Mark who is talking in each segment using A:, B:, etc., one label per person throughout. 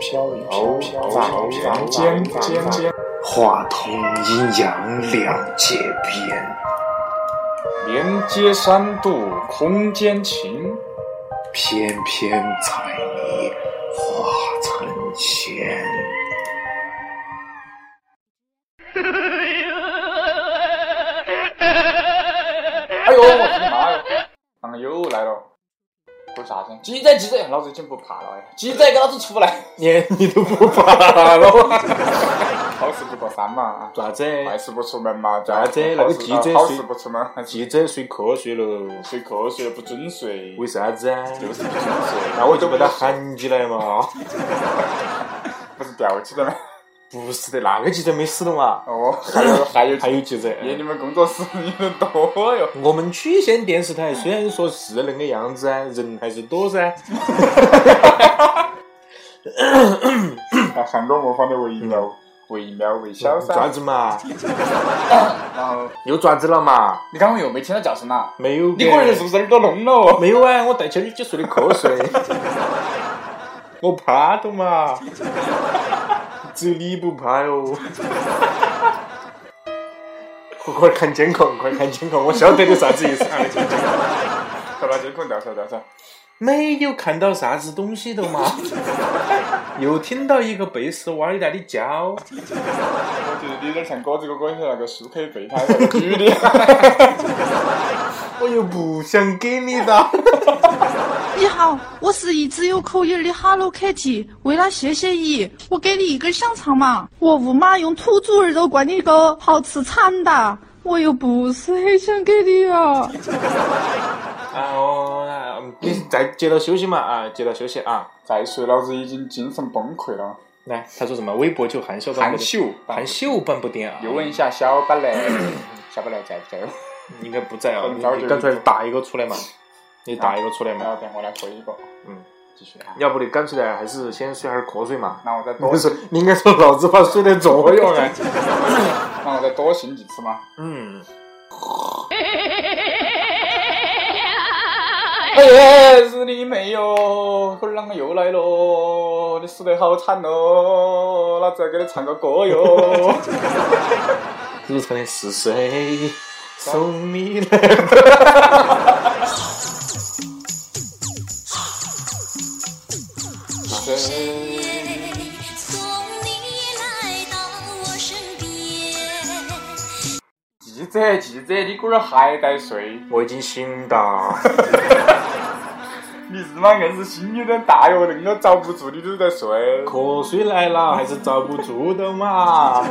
A: 飘飘飘飘
B: 间间间，
C: 化通阴阳两界变，
B: 连接三度空间情。
C: 偏偏彩泥化成仙。
B: 哎呦，我的妈哟！俺又来了，说啥声？鸡仔鸡仔，老子已经不怕了哎！鸡仔给老子出来！
C: 连你都不怕了，
B: 好事不过三嘛，啊
C: 咋子？
B: 坏事不出门嘛，
C: 咋子那个鸡仔
B: 好
C: 谁
B: 事不出门，还
C: 记者睡瞌睡喽？
B: 睡瞌睡了不准睡，
C: 为啥子啊？
B: 就是不准睡。
C: 那我就把他喊起来嘛。
B: 不是吊起的吗？
C: 不是的，那个记者没死的嘛，
B: 哦，还有还有，
C: 还有记者。
B: 耶！你们工作室人多哟。
C: 我们区县电视台虽然说是那个样子啊，人还是多噻。
B: 那韩国模仿的惟妙惟妙惟肖
C: 爪
B: 噻。
C: 子嘛？
B: 然后
C: 又爪子了嘛？
B: 你刚刚又没听到叫声呐？
C: 没有。
B: 你个人是不是耳朵聋了哦？
C: 没有啊，我戴起耳机睡的瞌睡。 我怕的嘛，只有你不怕哟。快看监控，快看监控，我晓得你啥子意思啊！
B: 快把监控调出来，调出来。
C: 没有看到啥子东西的 嘛，又听到一个贝斯娃儿在那里叫，
B: 我觉得你有点像果子哥哥的那个苏克备胎那个女的。
C: 我又不想给你 的。
D: 你好，我是一直有口音的 Hello Kitty，为了谢谢你，我给你一根香肠嘛。我无妈用土猪耳朵灌你个，好吃惨哒！我又不是很想给你啊。
C: 啊哦，啊你再接着休息嘛啊，接着休息啊。
B: 再睡，老子已经精神崩溃了。
C: 来，他说什么？微博就含笑半
B: 含
C: 步癫，
B: 羞，
C: 含羞半步癫啊！
B: 又问一下小板蓝，小板蓝在不在哦？
C: 应该不在啊，
B: 嗯
C: 你
B: 早就
C: 你干脆打一个出来嘛，你打一个出来
B: 然
C: 嘛，
B: 后等我来回一个，
C: 嗯，
B: 继续啊。
C: 要不你干脆还是先睡下儿瞌睡嘛。
B: 那我再多
C: 不，是，你应该说老子怕睡得着哟哎。
B: 那我再多醒几次嘛？
C: 嗯，
B: 哎呀，是你妹哟！可儿啷个又来咯？你死得好惨咯！老子要给你唱个歌哟！
C: 如常的是谁送你来？
B: 谁
E: 送你来到我身边。
B: 记者，记者，你龟儿还在睡？
C: 我已经醒了，
B: 你日妈硬是心有点大哟，恁个遭不住，你都在睡。
C: 瞌睡来了还是遭不住的 嘛。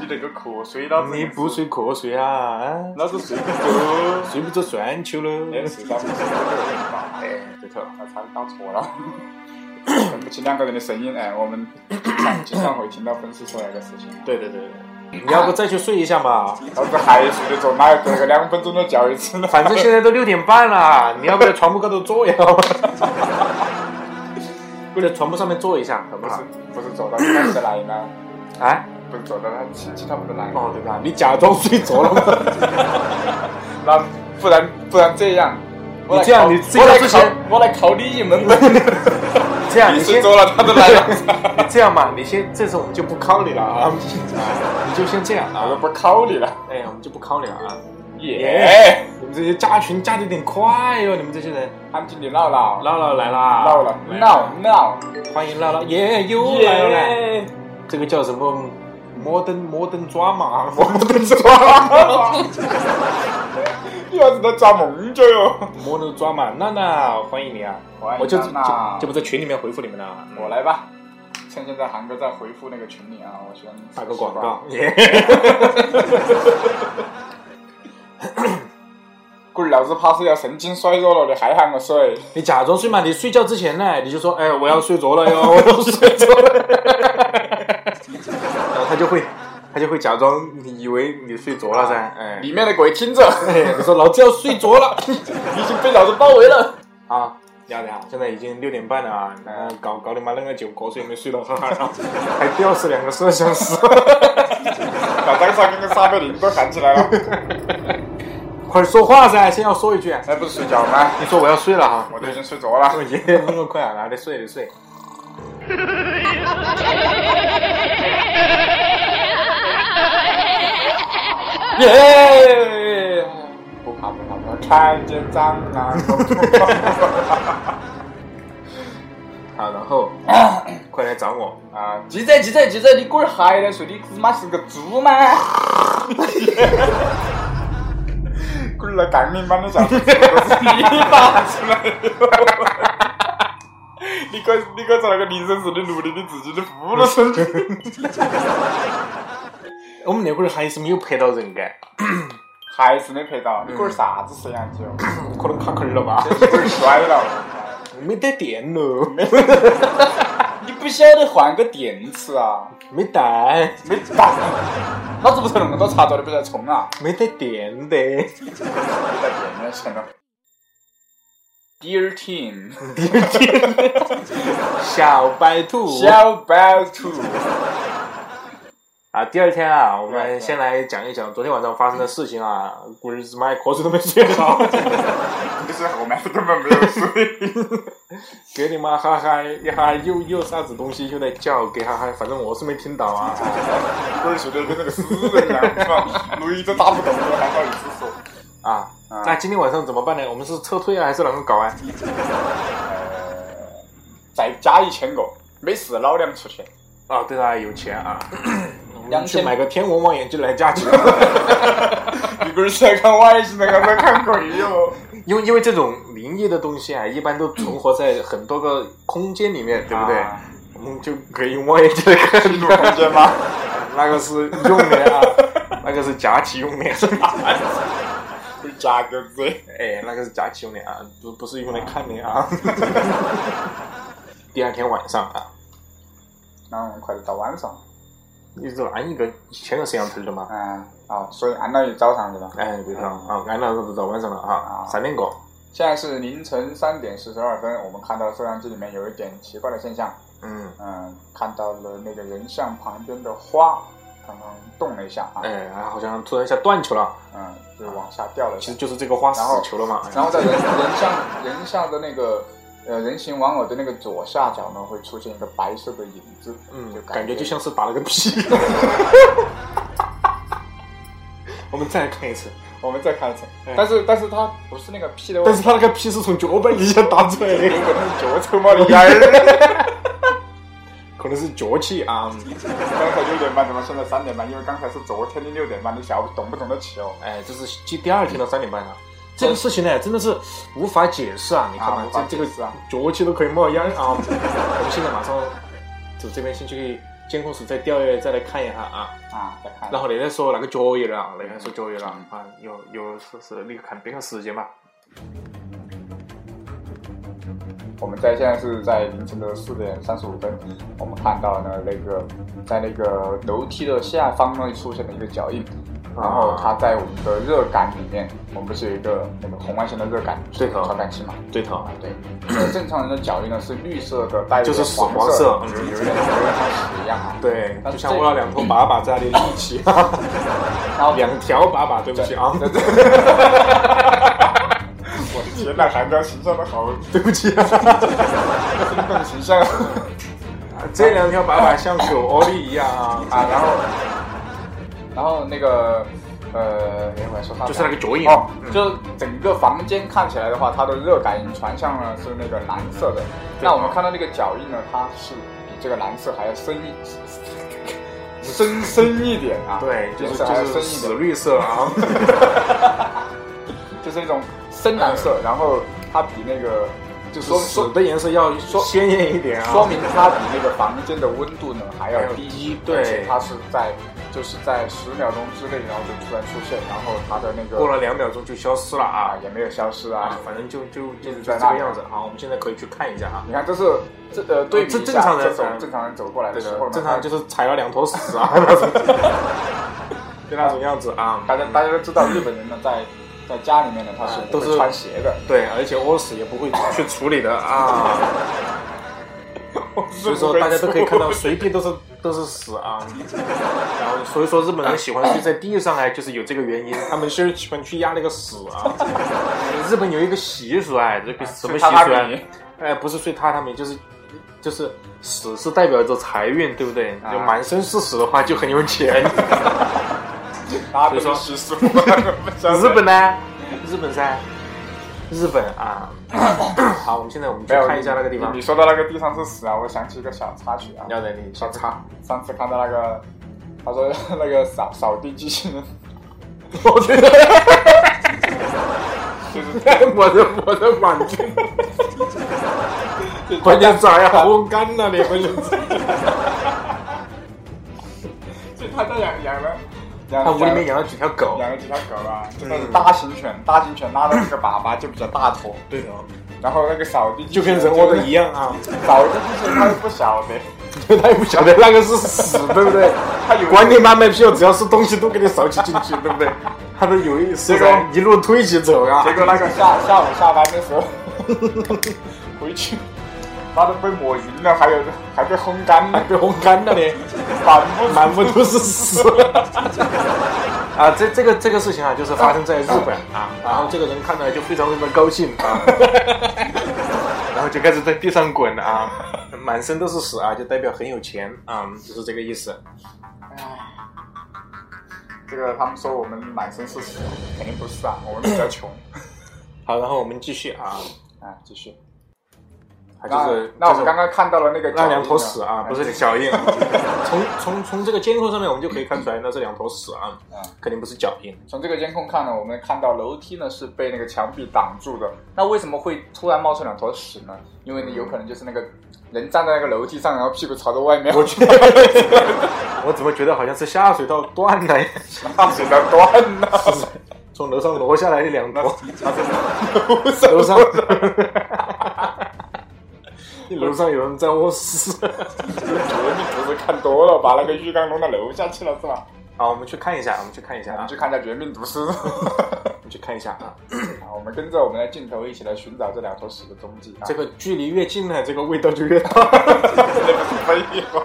B: 你这个瞌睡，老子
C: 你不，睡瞌睡啊？啊
B: 老子睡不着。
C: 睡不着算球喽。
B: 也是当时是哎，对头，我差点打错了，分不清两个人的声音。哎，我们经常经常会听到粉丝说那个事情，
C: 对对对对，你要不再去睡一下嘛？
B: 老子还睡得着，哪有这个两分钟都叫一次呢？
C: 反正现在都六点半 了，你要不在床铺高头坐一下？ 不在床铺上面坐一下，好不
B: 不
C: 好
B: 是？不是坐到他起来吗？
C: 啊？
B: 不是坐到他亲亲他不得来
C: 哦，对吧？你假装睡着了吗？
B: 那不然不然这样，我来
C: 你这样
B: 考
C: 你睡
B: 我
C: 觉
B: 来
C: 之
B: 考
C: 前
B: 我来考你一门本，
C: 这样，
B: 你
C: 你
B: 睡
C: 先
B: 着了他都来了，
C: 这样嘛，你先，这次我们就不考你了 啊，你就先这样
B: 我都
C: 啊，
B: 不考你了，
C: 哎，我们就不考你了啊。
B: 耶！
C: 你们这些加群加的有点快哟，你们这些人。
B: 安静的闹闹
C: 唠唠来啦，
B: 闹了
C: 来
B: 闹， 闹，
C: 欢迎唠唠，耶，又来了嘞。
B: 耶！
C: 这个叫什么？摩登摩登抓马，摩登
B: 抓！你要是在抓梦觉哟！
C: 摩登抓马，娜娜，欢迎你啊！
B: 欢迎
C: 我就
B: 娜娜
C: 就就不在群里面回复你们了，
B: 我来吧，趁现在韩哥在回复那个群里啊，我先
C: 打个广告。。
B: 滚，老子怕是要神经衰弱了，你还喊我睡？
C: 你假装睡嘛，你睡觉之前呢，你就说，哎，我要睡着了哟， 我要睡着了， 然后他就会他就会假装你以为你睡着了噻，哎，
B: 里面的鬼听着，
C: 哎你说老子要睡着了
B: 已经被老子包围了。
C: 啊。要得啊，现在已经六点半了啊，然后搞搞你妈那个酒瞌睡没睡到，哈哈，然后还吊死两个摄像 师，
B: 把张三跟个傻贝林都喊起来 了。
C: 快说话噻，先要说一句，
B: 那哎不是睡觉吗？
C: 你说我要睡了哈，
B: 我都已经睡着了。
C: 我爷爷那么快啊，哪里睡哪里睡。
B: 耶！不怕不怕不怕，看见蟑螂我不怕。好，然 后
C: 快来找我！
B: 啊，急着急着急着，你过来嗨了，说你他妈是个猪吗？滚来干你妈 的小子！你发出来了！你可你可找那个林生是你录的你自己的呼噜声。
C: 我们那会儿还是没有拍到人干，
B: 还是没拍到，你龟儿啥子摄像机哦？
C: 可能卡壳了 吧？
B: 龟儿摔了，
C: 没得电了，没
B: 你不晓得换个电池啊？
C: 没带，
B: 没打，老子不是那么多插座，你不是在充啊？
C: 没得电的。
B: 在电源线了。Dear team，
C: 小白兔
B: 小白 兔，
C: 啊，第二天啊，我
B: 对
C: 们
B: 对
C: 先来讲一讲昨天晚上发生的事情啊。估计是妈口水都没睡好，
B: 就是后面根本没有水。
C: 给你妈哈哈一哈又又啥子东西又在叫，给哈哈，反正我是没听到啊。
B: 龟儿睡得跟那个死人一样，是吧？驴都打不动了，还好意思说？
C: 啊
B: 啊，
C: 那今天晚上怎么办呢？我们是撤退啊，还是啷个搞啊？
B: 再加一千个，没事，老娘出去。
C: 啊，对啦，有钱 啊，我
B: 两
C: 们去
B: 千
C: 买个天文望远镜来 架起来。
B: 你龟儿是在看外星人还是看鬼哟？
C: 因为因为这种灵异的东西啊，一般都存活在很多个空间里面，对不对？
B: 啊
C: 我们就可以用望远镜来看
B: 进入空间吗？
C: 那个是用 的啊，那个是假期用的，
B: 龟儿夹个子。
C: 哎，那个是假期用的啊，不不是用来看的啊。 第二天晚上啊，
B: 然后快到晚上，
C: 你是安一个一千个摄像头的嘛？
B: 嗯，哦，所以按到一早上是吧？
C: 哎，对头啊，安了到晚上了哈
B: 啊，
C: 三点过，
B: 现在是凌晨三点四十二分，我们看到摄像机里面有一点奇怪的现象，
C: 嗯，
B: 嗯，看到了那个人像旁边的花刚刚动了一下啊，
C: 哎，好像突然一下断球了，
B: 嗯，就往下掉了一
C: 啊其
B: 下
C: 实，就是这个花死
B: 然后
C: 球了嘛。
B: 然后在人人像人像的那个呃人形玩偶的那个左下角呢，会出现一个白色的影子，
C: 嗯
B: 就，
C: 感觉
B: 觉
C: 就像是打了个屁。 我们再来看一次，
B: 我们再看一次
C: 哎，
B: 但是但是它不是那个屁的味道，
C: 但是他那个屁是从脚板底下打出来的，
B: 有可能是脚臭冒的 烟儿，
C: 可能是脚气啊。
B: 刚才六点半，怎么现在三点半？因为刚才是昨天的六点半，你下午动不动得起哦。
C: 哎，这是第第二天的三点半了。这个事情呢，真的是无法解释啊！你看嘛
B: 啊，无法
C: 这这个
B: 解释啊
C: 脚气都可以冒烟啊！我们现在马上走这边先去监控室再调阅，再来看一下啊。
B: 啊，再看。
C: 然后那天说那个脚印了啊，那天说脚印了
B: 嗯
C: 啊，有有是是你看别个时间嘛？
B: 我们在现在是在凌晨的四点三十五分，我们看到呢那个在那个楼梯的下方呢出现了一个脚印，然后它在我们的热感里面，我们不是有一个那个红外线的热感
C: 对头
B: 传感器嘛？
C: 对头
B: 啊，，对。呃正常人的脚印呢是绿色的，带有
C: 就是
B: 点
C: 死
B: 黄
C: 黄色
B: 有
C: 嗯
B: 点有点像屎一样啊。
C: 对，
B: 那
C: 就像
B: 这
C: 我那两头粑粑在那里立起，啊
B: 然后
C: 两条粑粑，对不起啊，
B: 对对我的天呐，韩哥形象的好，
C: 对不起啊，
B: 生动形象。
C: 这两条粑粑像狗窝里一样啊，
B: 啊，然后，然后那个，呃，哎，我还说话了
C: 就是那个脚印嗯
B: 哦，就整个房间看起来的话，它的热感传向呢是那个蓝色的。那我们看到那个脚印呢，它是比这个蓝色还要深一深 深一点啊，
C: 对，就
B: 颜
C: 是
B: 色还要
C: 就是
B: 深
C: 死
B: 一点，
C: 绿色啊。
B: 就是一种深蓝色，然后它比那个就
C: 说
B: 说
C: 嗯死
B: 说
C: 的颜色要鲜艳一点啊。
B: 说明它比那个房间的温度呢还要
C: 还要
B: 低，
C: 低
B: 而
C: 对
B: 且它是在就是在十秒钟之内，然后就突然出现，然后它的那个
C: 过了两秒钟就消失了
B: 啊
C: 啊，
B: 也没有消失
C: 啊，。
B: 啊
C: 反正就就就
B: 就是是
C: 这
B: 在
C: 个
B: 那
C: 样子啊。我们现在可以去看一下啊
B: 你。看这是这呃对比
C: 这
B: 一
C: 正常
B: 下
C: 人
B: 这种
C: 嗯
B: 正常人走过来
C: 对
B: 的时
C: 的，
B: 候呢，
C: 正常就是是踩了两坨屎 啊，那种就那种样子啊。
B: 大家大家都知道日本人呢在在家里面呢他是
C: 啊
B: 不
C: 都是
B: 会穿鞋的，
C: 对，而且屙屎也不会去处理的 啊，所以说大家都可以看到随地都是都是屎啊。然后所以说日本人喜欢睡在地上哎，就是有这个原因，他们就是喜欢去压那个屎啊。日本有一个习俗哎，这个什么习
B: 睡榻
C: 俗
B: 榻
C: 啊
B: 米？
C: 哎，不是睡榻榻米，就是就是死是代表着财运，对不对？
B: 啊
C: 就满身是屎的话，就很有钱。
B: 那
C: 比如 说
B: 十四万，
C: 日本呢？日本噻，日本 啊。好，我们现在我们去
B: 没有
C: 看一下那个地方
B: 你。说到那个地上是屎啊，我想起一个小插曲啊。
C: 要得，你先擦。
B: 上次看到那个，他说那个扫扫地机器人，
C: 我的，
B: 就是这样
C: 我的，我的碗 巾。关键是还好烘干了，你关键是。
B: 就他在养养了，养
C: 他屋里面养了几条狗。
B: 养了几条狗啊，就那种大型犬，大型犬拉的那个粑粑就比较大坨，
C: 对的哦，
B: 然后那个扫地机
C: 就
B: 器
C: 跟
B: 人
C: 人窝的一样啊。
B: 就是，扫地机器人它又不小的，
C: 他也不晓得那个是屎，对不对？
B: 它有
C: 管你妈卖票，只要是东西都给你扫起进去，对不对？他都有一是
B: 结果
C: 在一路推起走啊。
B: 结果那个下下午下班的时候 回去，妈都被抹匀了，还有还被烘干了，
C: 被烘干了呢，
B: 满目
C: 满目都是屎。 啊，这这个这个事情啊，就是发生在日本啊，然后这个人看到就非常非常高兴 啊，然后就开始在地上滚啊，满身都是屎啊，就代表很有钱啊，就是这个意思。
B: 这个他们说我们满身是屎，肯定不是啊，我们比较穷。
C: 好，然后我们继续啊，
B: 啊，继续。
C: 啊就是
B: 那那我
C: 就是
B: 们刚刚看到了那个
C: 那
B: 脚
C: 两
B: 印
C: 坨
B: 了
C: 屎啊，
B: 哎
C: 不是脚印。 从从从这个监控上面，我们就可以看出来，那是两坨屎啊
B: 啊，
C: 肯定不是脚印。
B: 从这个监控看呢，我们看到楼梯呢是被那个墙壁挡住的。那为什么会突然冒出两坨屎呢？因为呢，有可能就是那个人站在那个楼梯上，然后屁股朝着外面，我去，
C: 我怎么觉得好像是下水道断了呀？
B: 大水的 断了。
C: 从楼上挪下来的两坨，
B: 楼 上
C: 楼 上，楼上有人在卧室。
B: 不是看多了，把那个浴缸弄到楼下去了是吧？
C: 好，我们去看一下，我们去看一下
B: 我
C: 啊
B: 们，去看一下《绝命毒 师》
C: 我们去看一下啊。
B: 啊，我们跟着我们的镜头一起来寻找这两坨屎的踪迹啊。
C: 这个距离越近呢，这个味道 就越大。
B: 废话。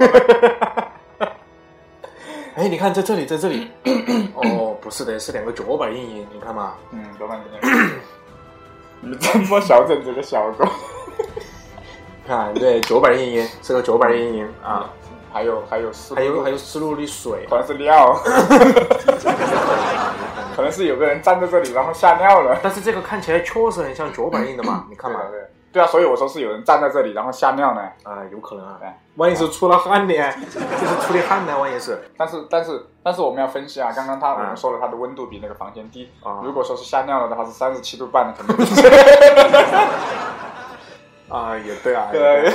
C: 哎，你看，在这里，在这 里。哦，不是的，是两个脚板印印，你看嘛。
B: 嗯，老板娘，你这么小整这个小狗，
C: 看，对，脚板印印是个脚板印印啊，
B: 还有还有四，
C: 还有还有湿漉漉的水
B: 可能是尿， 可能是有个人站在这里然后吓尿了，
C: 但是这个看起来确实很像脚板印的嘛，你看
B: 对
C: 嘛
B: 吧，？对对啊，所以我说是有人站在这里然后吓尿呢。
C: 啊、有可能啊
B: 对，
C: 万一是出了汗的， 就是出的汗呢，万一是
B: 但是但是但是我们要分析啊，刚刚他我
C: 嗯
B: 们说了他的温度比那个房间低
C: 啊，
B: 如果说是吓尿了的话是三十七度半的，肯定不是
C: 啊、也对啊，
B: 对，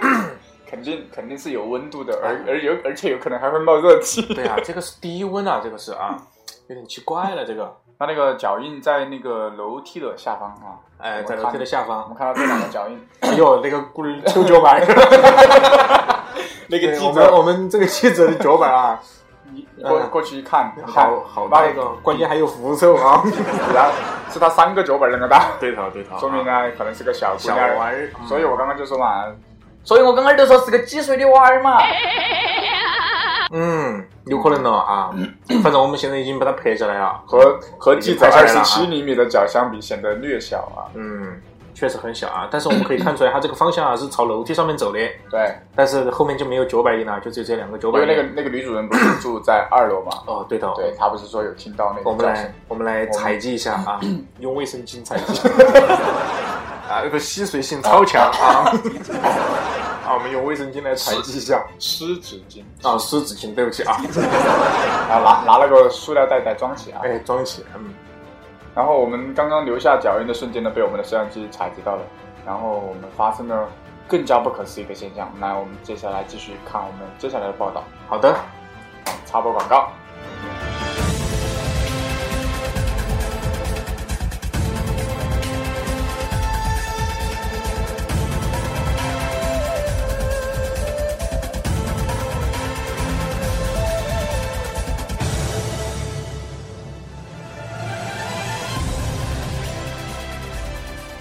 B: 肯定肯定是有温度的，而而有而且有可能还会冒热气。
C: 嗯对啊，这个是低温啊，这个是啊，有点奇怪了，这个，
B: 他那个脚印在那个楼梯的下方啊，
C: 哎，
B: 我
C: 在
B: 看
C: 楼梯的下
B: 我
C: 方
B: 们，看到这两个脚印，
C: 哎呦，那个滚臭脚板，
B: 那
C: 对我们我们这个记者的脚板啊，
B: 一过
C: 哦嗯
B: 过去一看，你 看
C: 好好大
B: 那
C: 一个，关键还有狐臭啊，
B: 然后是他三个脚本那么大，
C: 对头对头
B: 说明呢可能是个小姑
C: 小
B: 娘。
C: 玩意儿，嗯
B: 所以我刚刚就说嘛，所以我刚刚就说是个积水的娃儿嘛。
C: 嗯，有可能了啊，反正我们现在已经把它拍下来了，
B: 和和记者
C: 已经拍下来
B: 二十
C: 了啊
B: 七厘米的脚相比，显得略小啊。
C: 嗯，确实很小啊，但是我们可以看出来，它这个方向啊是朝楼梯上面走的，
B: 对，
C: 但是后面就没有九百亿了，就只有这两个九
B: 因
C: 百
B: 为那个
C: 亿。
B: 那个女主人不是住在二楼嘛？
C: 哦，对的，
B: 对，她不是说有听到那
C: 我
B: 个
C: 们
B: 叫声
C: 来，我们来采集一下啊，用卫生巾采集。 啊，这个吸水性超强啊！ 啊，我们用卫生巾来采集一下
B: 湿纸巾，
C: 啊，湿纸巾，对不起啊，
B: 然后拿拿那个塑料袋袋装起啊。
C: 哎，装起，嗯，
B: 然后我们刚刚留下脚印的瞬间呢，被我们的摄像机采集到了。然后我们发生了更加不可思议的现象。来，我们接下来继续看我们接下来的报道。
C: 好的，
B: 插播广告。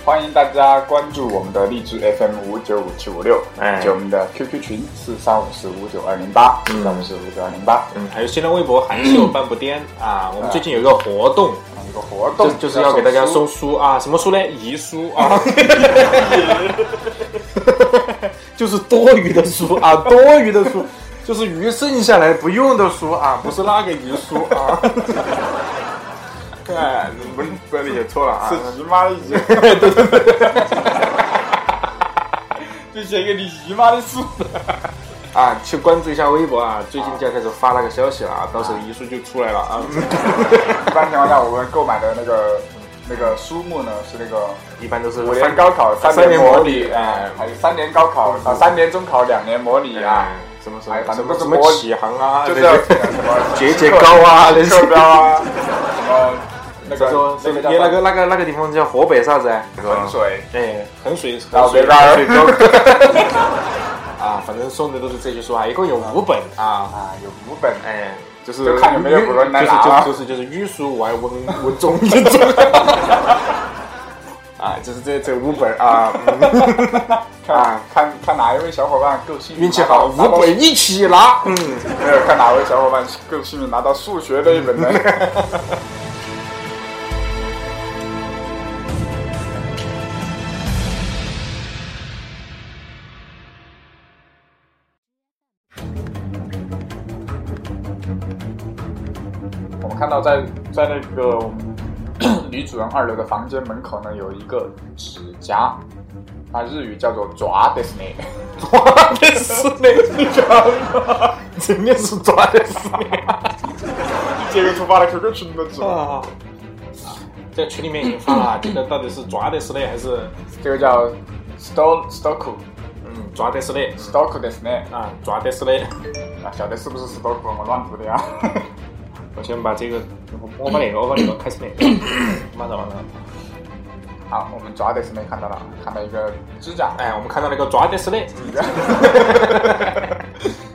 B: 欢迎大家关注我们的荔枝 FM 五九五七五六，
C: 哎
B: 以及我们的 QQ 群四三五四五九二零八，四三五四五九二零八，
C: 嗯，还有新浪微博韩秀半步颠啊，我们最近有一个活动，
B: 有一个活动
C: 就就是要给大家送
B: 送
C: 书啊，什么书呢？遗书啊， 就是多余的书啊，多余的书就是余剩下来不用的书啊，不是那个余书啊。 哎，不是不是也错了啊
B: 是，姨妈的姨，
C: 对对对
B: 就写给你姨妈的书。
C: 啊，去关注一下微博啊，最近就要开始发那个消息了啊，到时候遗书就出来了啊，
B: 一般情况下，我们购买的那个那个书目呢是那个
C: 一般都是
B: 五年高考
C: 三
B: 三
C: 年
B: 年模
C: 模拟
B: 拟，哎
C: 哎，
B: 还有三年高考啊，三年中考两年模拟啊
C: 啊，，什么什
B: 哎
C: 么
B: 反
C: 什
B: 正
C: 么
B: 都是
C: 什么
B: 模拟
C: 启航啊，
B: 就是
C: 那
B: 要
C: 个
B: 什么
C: 节节高啊，那
B: 课
C: 些
B: 标啊，什么那
C: 这
B: 个
C: 说
B: 那个叫
C: 你那
B: 什
C: 个
B: 么
C: 那个那个地方叫河北啥子？
B: 衡水，
C: 哎，衡水，
B: 老
C: 衡水
B: 北边儿
C: 衡水高啊，反正送的都是这些书啊，一共有五本啊，
B: 啊，有五本，
C: 哎，就是
B: 就看有没有古人来拿啊
C: 就是就是就是御书外文文综文综。啊，就是这这五本啊，嗯
B: 看
C: 啊
B: 看看哪一位小伙伴够幸运，
C: 运气好，
B: 拿到
C: 五本一起拿，嗯，
B: 没有看哪位小伙伴更幸运拿到数学那一本呢？ 我们看到在在那个女主人二楼的房间门口呢，有一个指甲，它日语叫做“爪”ですね。
C: 抓的是那个，真的是抓的是
B: 这个触发了 QQ 群的指
C: 啊，在群里面已经发 了，这个到底是抓的是嘞，还是
B: 这个叫 stalk stalk
C: 嗯抓的是嘞？
B: stalk ですね。
C: 啊，抓的是嘞。
B: 啊，晓得是不是 stalk 我乱读的呀？
C: 我先把这个，我把
B: 嗯
C: 哪个，我把哪个开始哪个，马上马上。
B: 好，我们抓的是没看到了，看到一个指甲，
C: 哎，我们看到那个抓的 是嘞，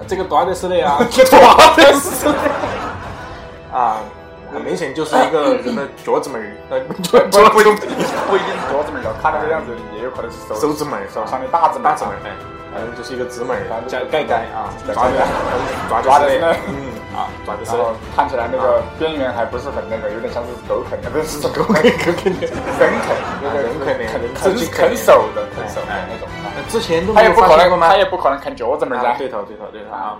C: 这个抓的是嘞啊，
B: 抓
C: 的是嘞啊，很明显就是一个人的脚趾门儿，呃
B: 不
C: 脚
B: 不不一定
C: 脚
B: 不一定是桌子门儿，看那个样子也有可能是手
C: 手指门儿，
B: 手上的大指
C: 大
B: 门
C: 指门儿，哎，反正就是一个指门儿
B: 反正
C: 加盖盖啊，抓
B: 抓
C: 的
B: 的
C: 抓
B: 抓
C: 的
B: 的
C: 是
B: 是
C: 嘞
B: 嘞，
C: 嗯啊，抓的是
B: 然
C: 嘞
B: 后，看起来那个边缘还不是很那个，有点像是狗啃的，不是狗啃，
C: 肯定。
B: 人啃，那个
C: 人啃的
B: 啃
C: 啃
B: 啃
C: 鸡啃
B: 啃手的，啃手
C: 哎
B: 的那种。啊
C: 之前都
B: 他
C: 没
B: 也
C: 有
B: 不
C: 发
B: 可
C: 现过
B: 能，
C: 吗
B: 他？也不可能啃脚趾门儿
C: 啊，
B: 噻。
C: 对头对头对头啊！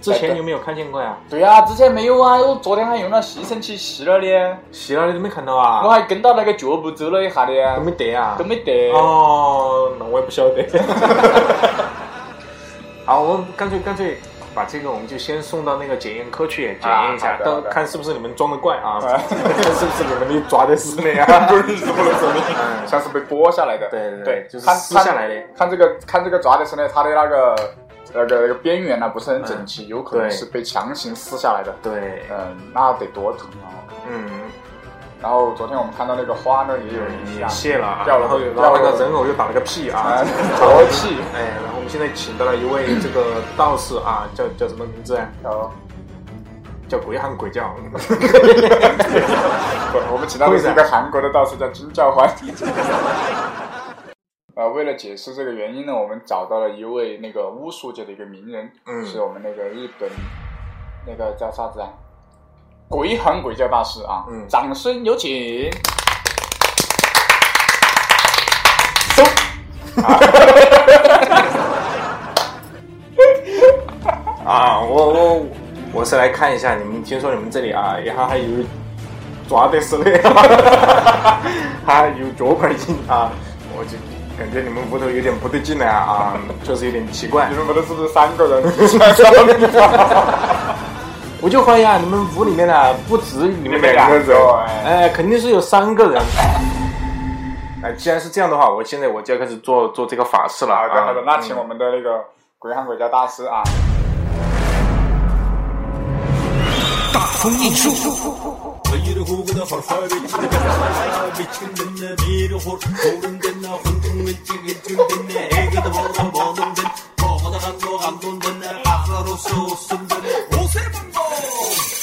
C: 之前有没有看见过呀？
B: 对啊，之前没有啊，我昨天还用了吸尘器吸了的，
C: 洗了你都没看到啊？
B: 我还跟到那个脚步走了一下
C: 都
B: 的，
C: 没得啊，
B: 都没得。
C: 哦，那我也不晓得。好，我们干脆干脆把这个，我们就先送到那个检验科去检验一
B: 啊
C: 下，
B: 好的
C: 到
B: 好的
C: 看是不是你们装的怪啊，
B: 啊
C: 看是不是你啊们的抓的是那样。
B: 不是是不能说明，像是被剥下来的。
C: 对对
B: 对
C: 对就是
B: 看
C: 撕下来的。
B: 看看这个看这个抓的时候呢，它的那个那个那个边缘啊呢不是很整齐，有可能
C: 对
B: 是被强行撕下来的。
C: 对，
B: 嗯，那得多疼啊！
C: 嗯，
B: 然后昨天我们看到那个花呢，也有一下
C: 谢了啊，
B: 掉了
C: 然后
B: 掉
C: 然
B: 了
C: 后那个人偶又打了个屁啊
B: 啊，，浊气。
C: 哎，然后我们现在请到了一位这个道士啊，叫叫什么名字啊？
B: 哦，
C: 叫鬼喊鬼叫。
B: 不我们请到的是一个韩国的道士，叫金教欢。 呃，为了解释这个原因呢，我们找到了一位那个巫术界的一个名人，
C: 嗯
B: 是我们那个日本那个叫啥子啊？鬼喊鬼叫大师啊！
C: 嗯
B: 掌声有请。
C: 啊，我我我是来看一下你们，听说你们这里啊，一下还有抓的是嘞， 还有脚板印啊，我就感觉你们屋头有点不对劲了啊，确实有点奇怪
B: 你。们屋头是不是三个人？
C: 我就怀疑啊，你们屋里面啊，不止 你们两个人，
B: 人，
C: 哎，肯定是有三个人。哎，既然是这样的话，我现在我就要开始做做这个法事了
B: 好
C: 啊。
B: 的好的，那请
C: 嗯
B: 我们的那个鬼喊鬼叫大师啊，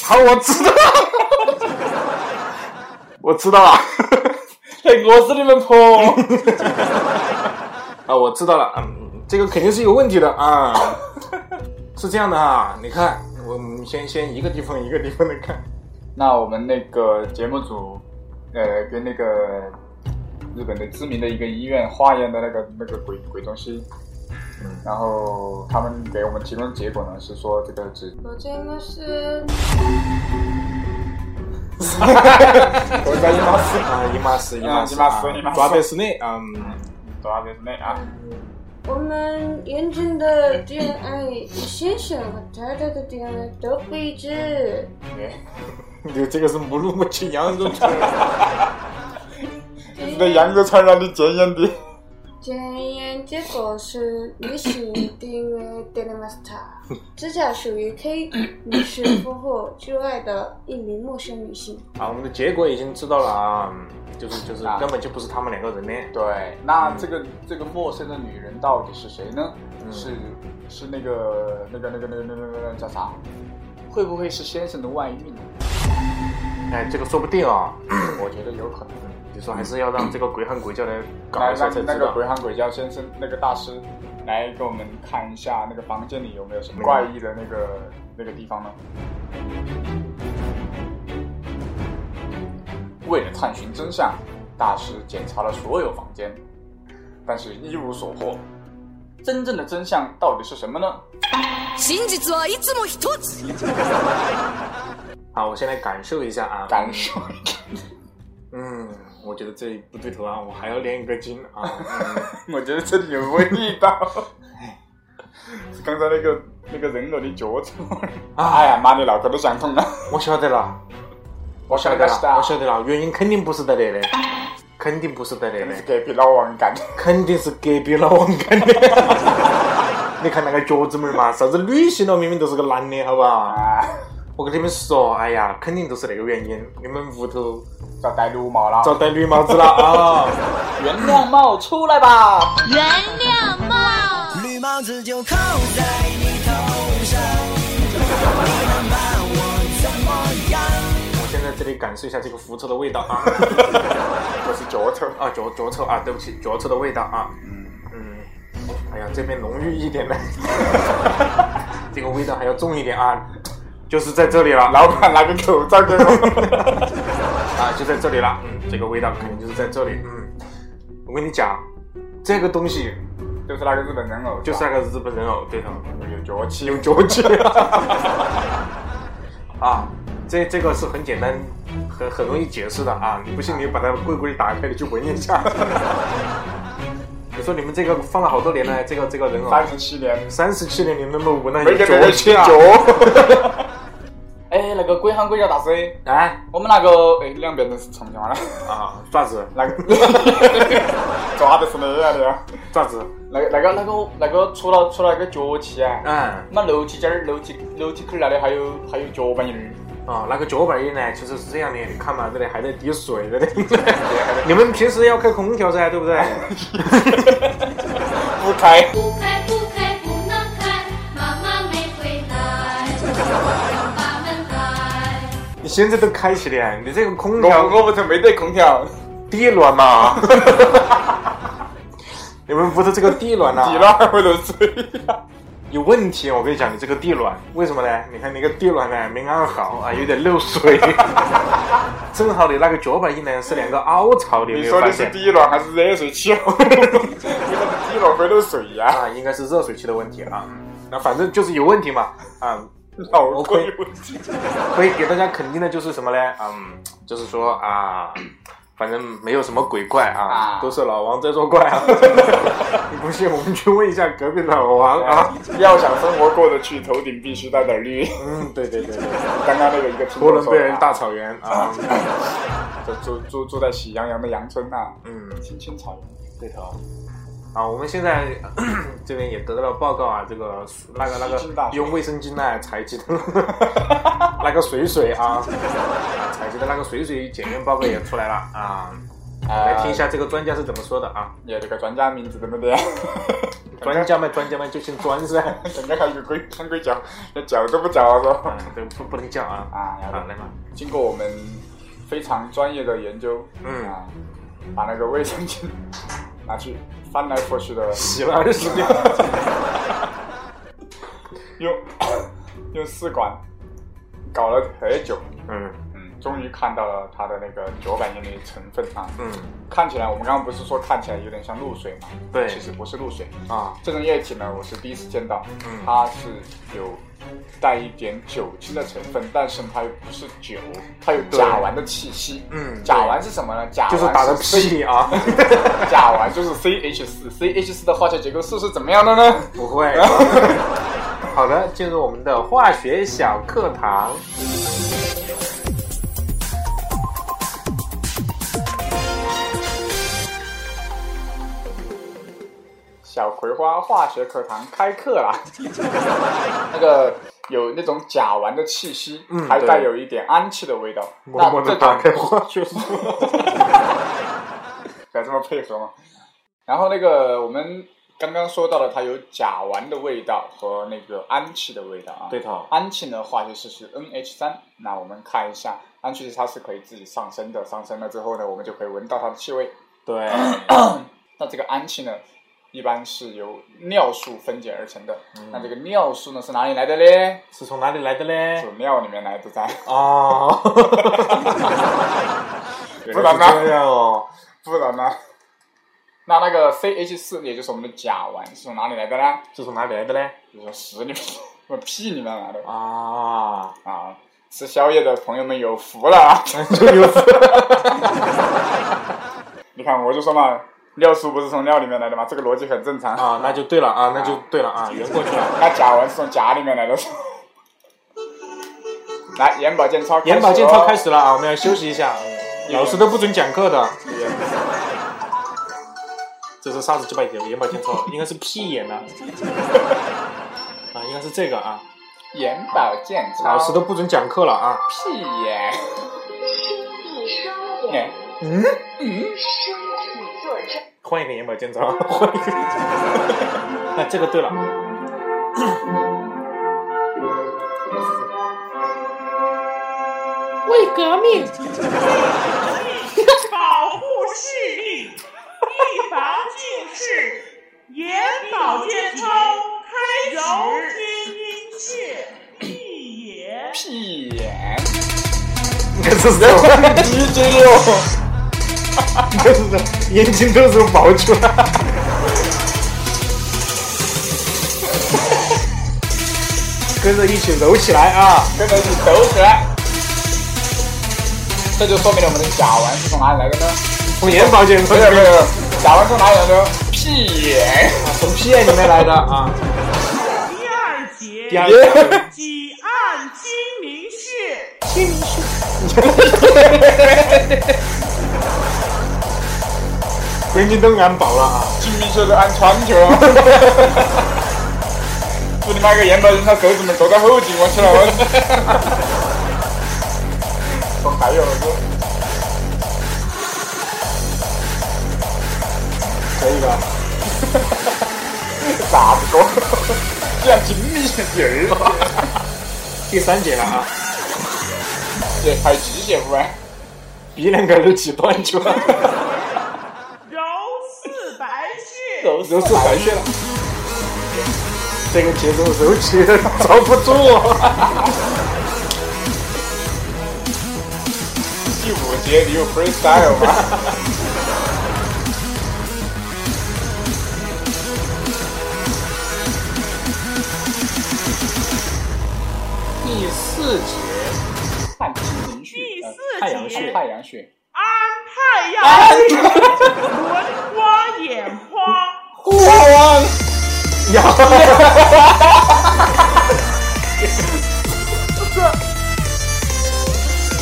C: 好，我知道， 我知道了。我是你们婆。 啊，我知道了，嗯，这个肯定是有问题的 啊。是这样的啊，你看，我们先先一个地方一个地方的看。
B: 那我们那个节目组，呃，跟那个日本的知名的一个医院化验的那个那个鬼鬼东西，然后他们给我们提供的结果呢是说这个只
F: 我真的是
B: 国家一毛四
C: 啊，姨妈死，姨妈死，
B: 姨妈死姨妈死
C: 啊抓贝斯内，嗯，
B: 多少之内啊？
F: 嗯我们眼中的恋爱，先生和太太的恋爱都不一致。
C: 你这个是母乳没吃羊肉，
F: 呃
B: 你的羊肉串让你检验的，
F: 检验结果是女性定位 d e l m a s t a 指甲属于 K 女士夫妇之外的一名陌生女性。
C: 啊，我们的结果已经知道了啊，嗯就是就是
B: 啊
C: 根本就不是他们两个人恋爱，
B: 对，那这个这个陌生的女人到底是谁呢？是是那个那个那个那个那个那个叫啥？会不会是先生的外遇呢？
C: 哎，这个说不定 啊，
B: 我觉得有可能。
C: 你说还是要让这个鬼喊鬼叫来搞
B: 来
C: 一下
B: 让
C: 才知
B: 那个
C: 道
B: 鬼。喊鬼叫先生那个大师来给我们看一下那个房间里有没有什么怪异的那个那个地方呢？为了探寻真相，大师检查了所有房间，但是一无所获。真正的真相到底是什么呢？
E: 真実はいつも一つ
C: 啊好，我先来感受一下啊，
B: 感受一下，
C: 嗯，我觉得这不对头啊，我还要练一个筋 啊。嗯
B: 我觉得这里有味道。 刚才那个那个人偶的脚趾，
C: 啊
B: 哎呀妈，你脑壳都想痛了。
C: 我晓得了，
B: 我
C: 我晓得了，我晓得了，原因肯定不是在那里，肯定不是在那
B: 肯定是
C: 里，
B: 隔壁老王 干的。
C: 肯定是隔壁老王干的。 你看那个脚趾妹儿嘛，啥子女性了，明明都是个男的，好吧？
B: 啊，
C: 我跟你们说，哎呀，肯定都是那个原因，你们屋头
B: 找戴绿帽了。
C: 找戴绿帽子了啊！
B: 原谅帽出来吧！
E: 原谅帽。
G: 绿帽子就扣在你头上，你能把我怎么样？
C: 我先在这里感受一下这个腐臭的味道啊！
B: 我是脚臭。
C: 啊，脚脚臭啊，对不起，脚臭的味道啊。嗯嗯，哎呀，这边浓郁一点的， 这个味道还要重一点啊，就是在这里了，老
B: 老板拿个口罩给我。
C: 啊，就在这里了，嗯，这个味道肯定就是在这里，嗯，我跟你讲，这个东西
B: 就是那个日本人偶，
C: 就是那个日本人偶，对头，
B: 有脚气，
C: 有脚 气，啊，这这个是很简单，很很容易解释的啊，你不信你把它柜柜打开，你去闻一 下。你说你们这个放了好多年了，这个这个人偶，
B: 三十七年
C: 三十七年你能不能闻到
B: 没
C: 有
B: 给
C: 脚
B: 人
C: 气
B: 吃
C: 啊？
B: 脚。啊 哎，那个鬼喊鬼叫大师，
C: 哎
B: 我们那个哎，两边人是重阳了，
C: 啊，爪子
B: 那个 抓的是那样的呀。
C: 爪子，
B: 那个那个那个那个，除了除了那个脚气啊，
C: 嗯。
B: 那楼梯间儿、楼梯楼梯口儿那里还有还有脚板印儿。
C: 哦，那个脚板印呢，其实是这样的，你看嘛，这里还在滴水， 这里。你们平时要开空调噻，对不对？
B: 不开，
H: 不开不开不能开，妈妈没回来，要把门开。
C: 你现在都开起来，你这个空调
B: 我我屋头没得空调，
C: 地暖嘛？ 你们屋头这个地暖呐、
B: 地暖会漏水。
C: 有问题，我跟你讲，你这个地暖为什么呢？你看你那个地暖呢没安好啊，有点漏 水。正好你那个脚板印呢是两个凹槽的，有
B: 你
C: 没有
B: 说
C: 发
B: 的是
C: 现？
B: 第一轮还是热水器？ 为啥是第一轮会漏水呀、
C: 啊，应该是热水器的问题啊。那反正就是有问题嘛，啊，
B: 老
C: 可以
B: 贵问题。
C: 可以给大家肯定的就是什么呢？嗯，就是说啊，反正没有什么鬼怪啊，
B: 啊
C: 都是老王在作怪啊。 你不信，我们去问一下隔壁老王啊。
B: 要想生活过得去，头顶必须带点绿。
C: 嗯，对对对对，
B: 刚刚那个一个听
C: 哥
B: 众
C: 伦
B: 说
C: 比亚
B: 的
C: 大
B: 啊，
C: 草原啊，
B: 就住住住在喜羊羊的羊村呐、啊，
C: 嗯，
B: 青青草原。
C: 对头。啊，我们现在 这边也得到了报告啊，这个那个那
B: 吸金大
C: 个
B: 学
C: 用卫生巾来采集的 那个水水啊，采集的那个水水检验报告也出来了啊，来听一下这个专家是怎么说的啊。
B: 你这个专家名字怎么的呀？
C: 专家们，专家们就姓专噻，
B: 人家还有鬼喊鬼叫，连叫都不叫啊！说
C: 啊，对，不不能叫啊。
B: 啊，然后
C: 啊，来嘛，
B: 经过我们非常专业的研究，
C: 嗯
B: 啊，把那个卫生巾 拿去翻来覆去的
C: 洗了二十遍，
B: 用用试管搞了很久，
C: 嗯，
B: 嗯，终于看到了它的那个九百年的成分啊。
C: 嗯
B: 看起来，我们刚刚不是说看起来有点像露水嘛？
C: 对
B: 其实不是露水。
C: 啊，
B: 这种液体呢，我是第一次见到，
C: 嗯
B: 它是有带一点酒精的成分，但是它又不是酒，它有
C: 对
B: 甲烷的气息。
C: 嗯
B: 甲烷是什么呢？甲烷
C: 就是打的
B: 是 C-
C: 屁啊，
B: 甲烷就是 CH 四，CH 四的化学结构式是怎么样的呢？
C: 不会。 好的，进入我们的化学小课堂。
B: 小葵花化学课堂开课啦！那个有那种甲烷的气息，
C: 嗯
B: 还带有一点氨气的味道。
C: 默默
B: 那这
C: 的
B: 种
C: 打开化学书。
B: 要这么配合吗？然后那个我们刚刚说到了，它有甲烷的味道和那个氨气的味道啊。
C: 对头，
B: 氨气呢，化学式是 NH 3那我们看一下，氨气它是可以自己上升的，上升了之后呢，我们就可以闻到它的气味。
C: 对，
B: 那这个氨气呢，一般是由尿素分解而成的。
C: 嗯
B: 那这个尿素呢，是哪里来的嘞？
C: 是从哪里来的嘞
B: 是？尿里面来的噻。
C: 哦，
B: 不然呢？
C: 这样哦，
B: 不然呢？那那个 CH 4也就是我们的甲烷，是从哪里来的呢？
C: 是从哪里来的嘞？
B: 比如说屎里面、我屁里面来的
C: 啊，
B: 啊！吃宵夜的朋友们有福 了啊！你看，我就说嘛，尿素不是从尿里面来的嘛，这个逻辑很正常。
C: 啊，那就对了啊，那就对了啊，圆过去了。
B: 那甲烷是从甲里面来的。来，眼保健操，
C: 眼保健操开
B: 始
C: 始了啊，我们要休息一下，嗯老师都不准讲课的。
B: 哦。
C: 这是啥子鸡巴眼眼保健操？应该是屁眼呢。啊，应该是这个啊，
B: 眼保健操，
C: 老师都不准讲课了啊。
B: 屁眼。眼
C: 嗯嗯，换一个眼保健操， 换一个。那这个对了。
I: 保护视力，预防近视。眼保健操开始。揉天阴穴，闭眼。
B: 屁眼。
C: 这是什么 DJ 哦？这是什么？眼睛都是冒出来。 跟着一起揉起来啊！
B: 跟着一起抖起来。这就说明了我们的甲烷是从哪里来的呢？
C: 从眼保健
B: 没有没有，没有甲烷从哪里来的呢？屁眼。
C: 从屁眼里面来的啊！
I: 第二节，
C: 第二个，
I: 几按睛明穴，
C: 眼睛都按饱了啊！
B: 金明秀是按传球。祝你妈个研发人，他手指们走到后颈，我去了，我。我还有我
C: 可以吧？
B: 傻子哥，这样精力人儿，
C: 第三节了啊！
B: 这还机械不然？
C: 鼻梁盖都挤断去了，
I: 揉四白穴，
B: 都
C: 揉出白血了。这个节奏揉起来遭不住啊！
B: 第五节你有 freestyle 吗？
C: 第四节，
B: 看清明穴，
I: 第
B: 呃
I: 四
B: 太阳
I: 节
B: 穴，太阳穴。
I: 安太阳穴，轮刮眼眶。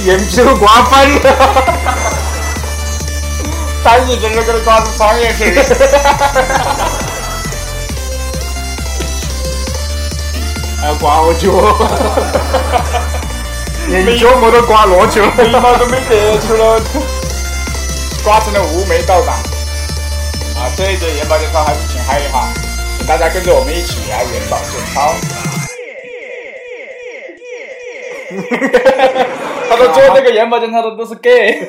C: 眼皮都刮翻 了。
B: 三日真是跟他抓住商 业去。
C: 还要刮我脚， 连脚没得刮落去了。
B: 眉毛都没得出了，刮成了无眉道长。啊，这一节眼保健操还是挺嗨的哈，请大家跟着我们一起来眼保健操。他说做这个眼保健操的都是 gay。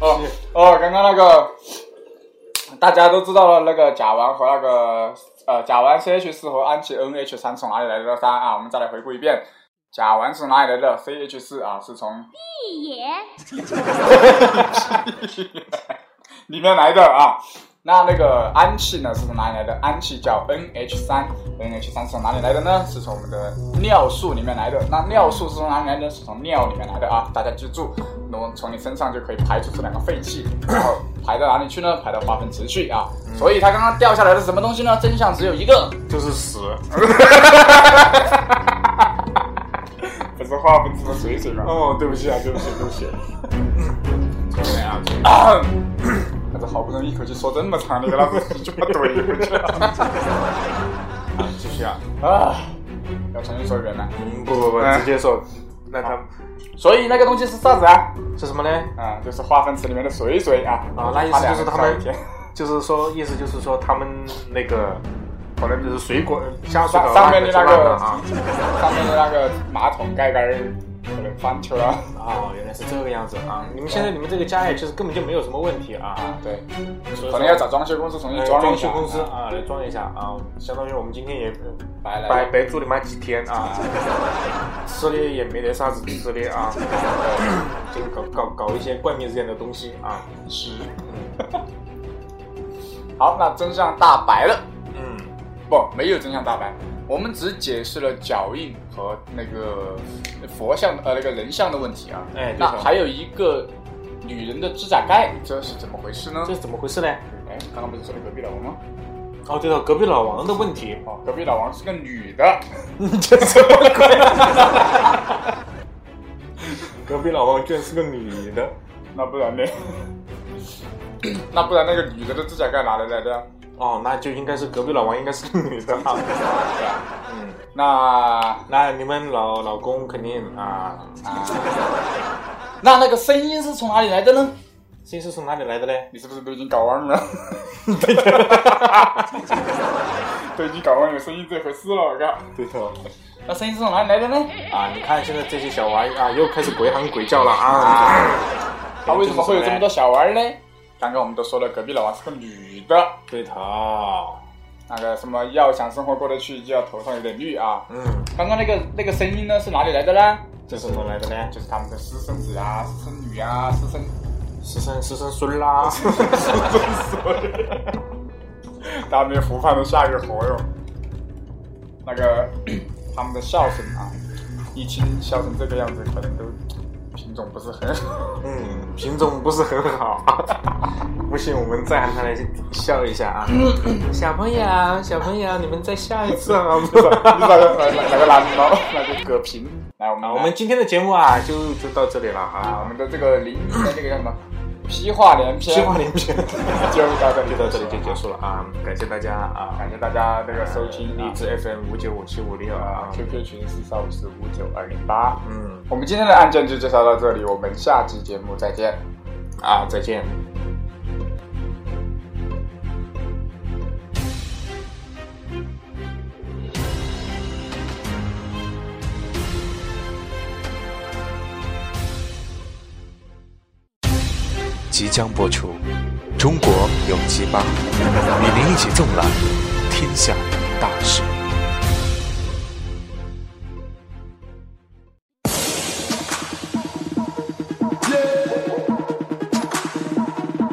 B: 哦哦，刚刚那个大家都知道了，那个甲烷和那个呃甲烷 CH 四和氨基 NH 三从哪里来的三啊？我们再来回顾一遍，甲烷是从哪里来的？CH 四啊是从
H: 一眼。
B: 里面来的啊。那那个氨气呢是从哪里来的？氨气叫 NH 三，NH 三是从哪里来的呢？是从我们的尿素里面来的。那尿素是从哪里来的？是从尿里面来的啊！大家记住，那么从你身上就可以排出这两个废气，然后排到哪里去呢？排到化粪池去啊！所以它刚刚掉下来的是什么东西呢？真相只有一个，
C: 就是屎。
B: 不是化粪池的水水吗？
C: 哦，对不起啊，对不起，对不起。
B: 对啊，他这好不容易一口气说这么长的一个，老子就把怼回去了。
C: 继续啊，
B: 啊，要重新说一遍呢。
C: 嗯，不不不，
B: 嗯
C: 直接说。那他
B: 所以那个东西是啥子啊？
C: 是什么呢？
B: 啊，就是化粪池里面的水水啊。
C: 啊，那意思就是他们
B: 发两个，
C: 就是说，意思就是说他们那个，可能就是水管下水
B: 上
C: 道
B: 上面的那
C: 个
B: 个
C: 啊。
B: 上面的那个马桶盖盖儿可能翻球了。
C: 哦，原来是这个样子啊！你们现在你们这个家也就是根本就没有什么问题啊，
B: 啊，对，
C: 所以说
B: 可能要找装修公司重新
C: 呃
B: 装
C: 装
B: 一下
C: 修公司啊来装一下啊，相当于我们今天也呃
B: 白来
C: 白白住你妈几天啊， 吃的也没得啥子吃的啊， 就搞搞搞一些怪面之间的东西啊，
B: 吃。好，那真相大白了。
C: 嗯，
B: 不，没有真相大白，我们只解释了脚印和那个佛像呃那个人像的问题啊。
C: 哎对
B: 那
C: 头
B: 还有一个女人的指甲盖，这是怎么回事呢
C: 这？是怎么回事呢？
B: 哎，刚刚不是说了隔壁老王吗？
C: 哦，对了，隔壁老王的问题，
B: 哦，隔壁老王是个女的，
C: 隔壁老王居然是个女的，
B: 那不然呢？ 那不然那个女的的指甲盖哪里来的啊？
C: 哦，那就应该是隔壁老王应该是个女的啊，
B: 对啊，
C: 嗯，
B: 那
C: 那你们老老公肯定啊，
B: 那那个声音是从哪里来的呢？
C: 这是从哪里来的嘞？
B: 你是不是都已经搞忘了？ 都已经搞忘有声音这回事了，我靠！
C: 对头。
B: 那声音是从哪里来的呢？
C: 啊，你看现在这些小娃啊，又开始鬼喊鬼叫了啊！
B: 他为什么会有这么多小娃儿呢？刚刚我们都说了，隔壁老王是个女的，
C: 对头？
B: 那个什么要想生活过得去，就要头上有点绿啊。
C: 嗯，
B: 刚刚那个那个声音呢，是哪里来的呢？
C: 这是怎么来的呢？
B: 就是他们的私生子啊、私生女啊、私生
C: 私生私生孙啦，
B: 他们湖畔的下个河哟。那个他们的笑声啊，一听笑成这个样子，可能都品种不是很好。
C: 嗯，品种不是很好。 不信我们再喊他来笑一下啊！
I: 嗯
C: 小朋友，小朋友，你们再笑一次好
B: 你
C: 吗？
B: 找个来来个蓝猫， 来个葛平，来我们
C: 啊，我们今天的节目啊，就就到这里 了
B: 啊，我
C: 啊！
B: 们的这个零的这个叫什么？批话连篇，
C: 西话连篇，
B: 就到这里，
C: 就到这里就结。束了啊！感谢大家啊！
B: 感谢大家这个收听
C: 荔枝 FM 五九五七五六啊
B: 啊！，QQ 群四三五四五九二零八。
C: 嗯
B: 我们今天的案件就介绍到这里，我们下期节目再见。
C: 啊，再见。
J: 即将播出《中国有鸡巴》，与您一起纵览天下大事。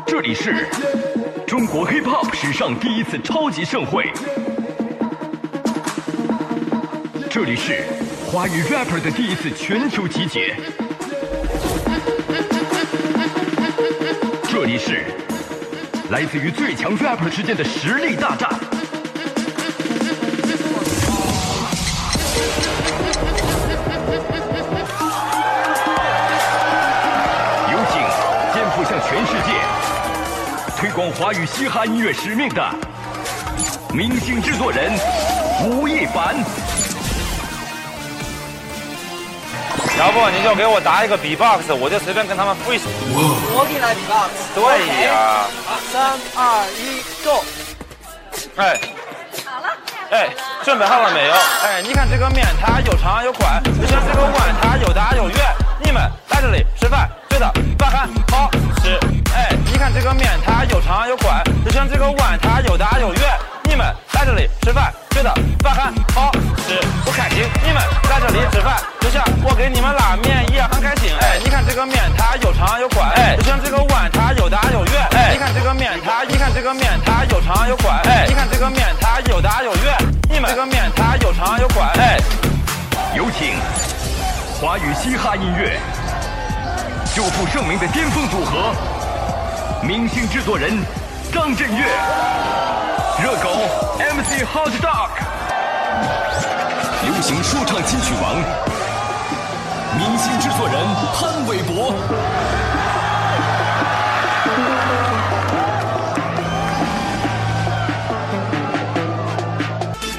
K: 这里是中国 hip hop 史上第一次超级盛会，这里是华语 rapper 的第一次全球集结，这里是来自于最强 rapper 之间的实力大战。有请肩负向全世界推广华语嘻哈音乐使命的明星制作人吴亦凡。
I: 要不你就给我打一个 B-box，我就随便跟他们 f r e e
G: 我给你来比 box，
I: 对呀、
G: 三二一，go！
I: 哎，哎，准备好了没有？哎，你看这个面它有长有宽，就像这个碗它有大有圆。你们来这里吃饭，觉得饭很好吃。哎，你
L: 看这个面，它有长有管；就像这个碗，它有大有圆。你们在这里吃饭，觉得饭很好吃，不开心。你们在这里吃饭，就像我给你们拉面一样很开心。哎，你看这个面，它有长有管；哎，就像这个碗，它有大有圆。哎，你看这个面，它，你看这个面，它有长有管；哎，你看这个面，它有大有圆。你们这个面，它有长有管。哎，
K: 有请华语嘻哈音乐久负盛名的巅峰组合，明星制作人张震岳、热狗 MC Hot Dog，
M: 流行说唱金曲王，明星制作人潘玮柏，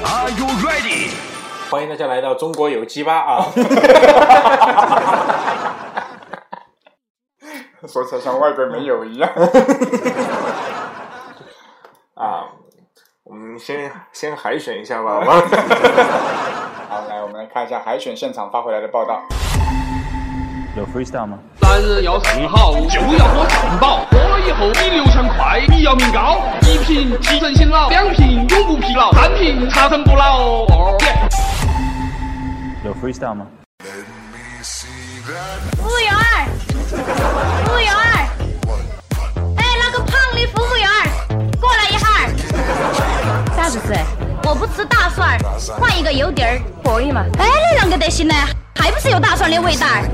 K: Are you ready？
C: 欢迎大家来到中国有鸡 巴啊！
B: 说起来像外边没有一样。
C: 啊，我们嗯先先海选一下吧，好吗？
B: 好，来我们来看一下海选现场发回来的报道。
N: 有 freestyle 吗？
O: 三日要上好，就要喝汉堡，喝了以后比流程快，你要命高。一瓶提神醒脑，两瓶永不疲劳，三瓶长生不老。哦耶
N: 有 freestyle 吗？
E: 服务员儿，服务员儿，哎，那个胖的服务员儿，过来一下儿。啥子事？我不吃大蒜儿，换一个油碟儿可以吗？哎，那啷个得行呢？还不是有大蒜的味道儿？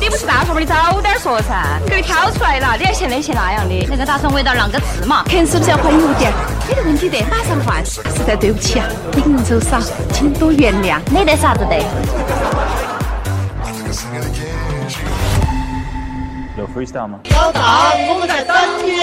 E: 你不是大蒜吗？你早点说噻，给你挑出来了，你还嫌那嫌那样的。那个大蒜味道啷个吃嘛？看是不是要换油碟儿？没得问题的，马上换。实在对不起啊，你人手少，请多原谅。没得啥子的。
N: 有 freestyle 吗？
G: 高达，我们在等你。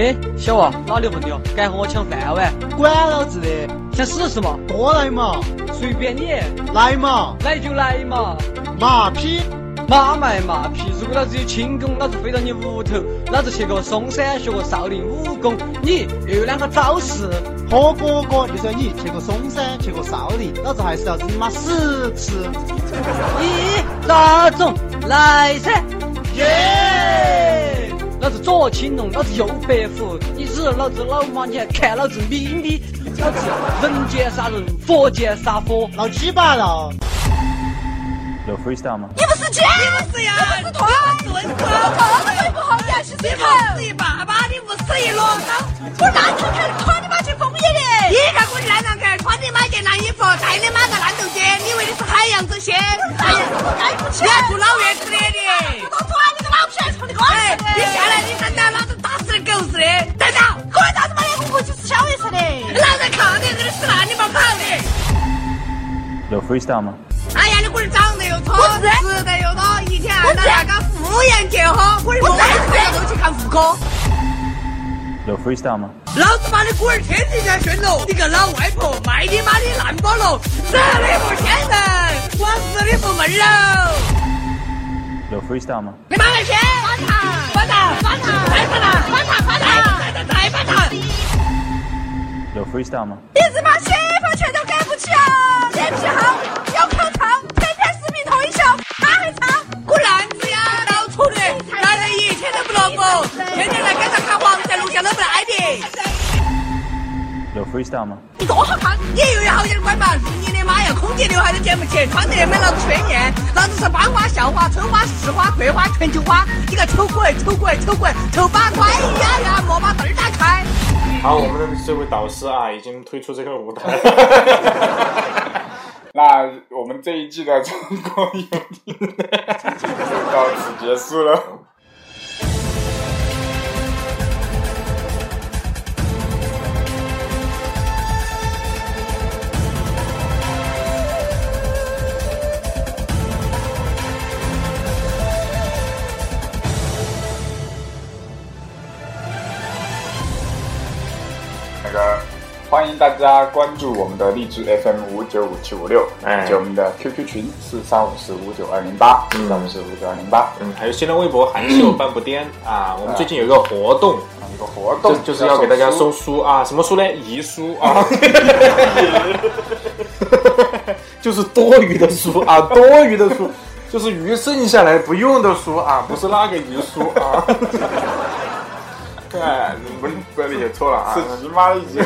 P: 哎，小王，哪里有问题哦？敢和我抢饭碗？
G: 管老子的，
P: 想试试嘛？
G: 过来嘛，
P: 随便你，
G: 来嘛，
P: 来就来嘛，
G: 马屁，
P: 马卖马屁。如果老子有轻功，老子飞到你屋头，老子去个嵩山学个少林武功，你又有两个招式。
G: 火哥哥，就算你去过嵩山，去过少林，老子还是要日你妈十次。
P: 咦，哪种？来噻！耶！老子左青龙，老子右白虎，你日老子老妈，你还看老子咪咪？老子人间杀人，佛间杀佛，
G: 老鸡巴了！
N: 有 freestyle 吗？
E: 你不是姐，你不是呀，你不是我你不是不好呀，是你不是一爸爸，你不是一罗刚，我哪头看夸你妈去疯野的？你看我烂上看，穿你妈件烂衣服，戴你妈个烂头巾，你以为你是海洋之心？海洋，我该不起，你还住老院子里的？我抓你个老皮虫的瓜！哎，你下来，你等等，老子打死狗似的，等等，我咋子妈的，我回去吃宵夜吃的？老子靠你，给你吃烂你妈跑的！
N: 有 freestyle 吗？
E: 哎呀，你龟儿长得又丑，吃的又多，一天二那个妇炎结核，我的妈呀，都去看妇科。
N: 有 freestyle 吗？
E: 老子把你龟儿天天在炫喽，你个老外婆，卖你妈的烂菠萝，惹你不天人，我日你不闷喽！
N: 有 freestyle 吗？
E: 你妈个仙，翻糖，翻糖，翻糖，再翻糖，翻糖，翻糖，再再再翻糖。
N: 有 freestyle 吗？
E: 你日妈血法全都干不起啊！脸皮厚，有口臭，天天视频通一宿，他还吵，我烂子呀，老土的，男人一天都不落伍，天天在街上看黄色录像都不爱的。
N: 有 freestyle 吗？
E: 你多好看！你又要好点关吧？你的妈呀，空姐刘海都剪不起，穿得满老子鲜艳，老子是八花、校花、春花、市花、桂花、全球花，你个丑鬼，丑鬼，丑鬼，丑八怪呀呀，莫把灯儿打开。
C: 好，我们的这位导师啊，已经退出这个舞台。
B: 那我们这一季的中国有听就到此结束了。那个，欢迎大家关注我们的荔枝 FM 五九五七五六，
C: 哎
B: 以及我们的 QQ 群四三五四五九二零八，四三五四五九二零八。
C: 嗯，还有新浪微博韩秀半步颠啊，我们最近有一个活动，
B: 一个活动
C: 就啊就是要给大家送书啊，什么书呢？遗书啊， 就是多余的书啊，多余的 书，就是余剩下来不用的书啊，不是那个遗书啊。对，你不是不理解错了啊！
B: 是姨妈的 姨，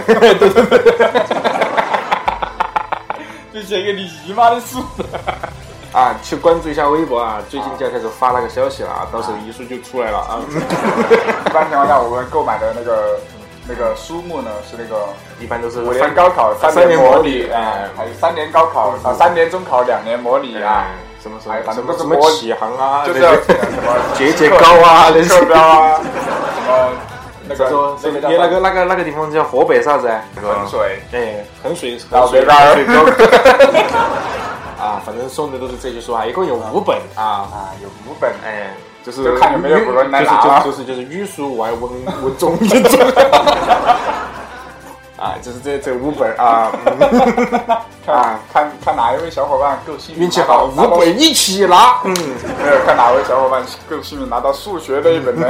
B: 就写给你姨妈的数。
C: 啊，去关注一下微博啊！最近就要开始发那个消息了啊，到时候一数就出来了啊。
B: 一般情况下，我们购买的那个那个书目呢，是那个
C: 一般都是
B: 五年高考、
C: 三
B: 年
C: 模嗯
B: 拟，
C: 哎，
B: 还有三年高考啊，三年中考、两年模拟啊，
C: 什么什
B: 哎，
C: 么
B: 反
C: 什
B: 正都
C: 么
B: 是
C: 什
B: 模
C: 么
B: 拟
C: 启航啊，
B: 就是
C: 那个
B: 什么
C: 节节高啊，人
B: 课
C: 生
B: 标 啊，什么
C: 那
B: 那个个
C: 个
B: 叫啊
C: 那个那个那个地方叫河北啥子啊？
B: 衡水，
C: 哎，衡水，
B: 老
C: 衡水，
B: 北大
C: 衡水 高。 啊，反正送的都是这些书啊，一共有五本啊
B: 啊，有五本，
C: 哎，就是
B: 就看有没有古人来拿啊
C: 就是就是就是御书外文文综一综。 啊，就是这这五本啊，嗯
B: 看看看哪一位小伙伴够幸运，
C: 运气好，
B: 拿到
C: 五本一起拿，嗯，
B: 没有看哪位小伙伴够幸运拿到数学那一本呢？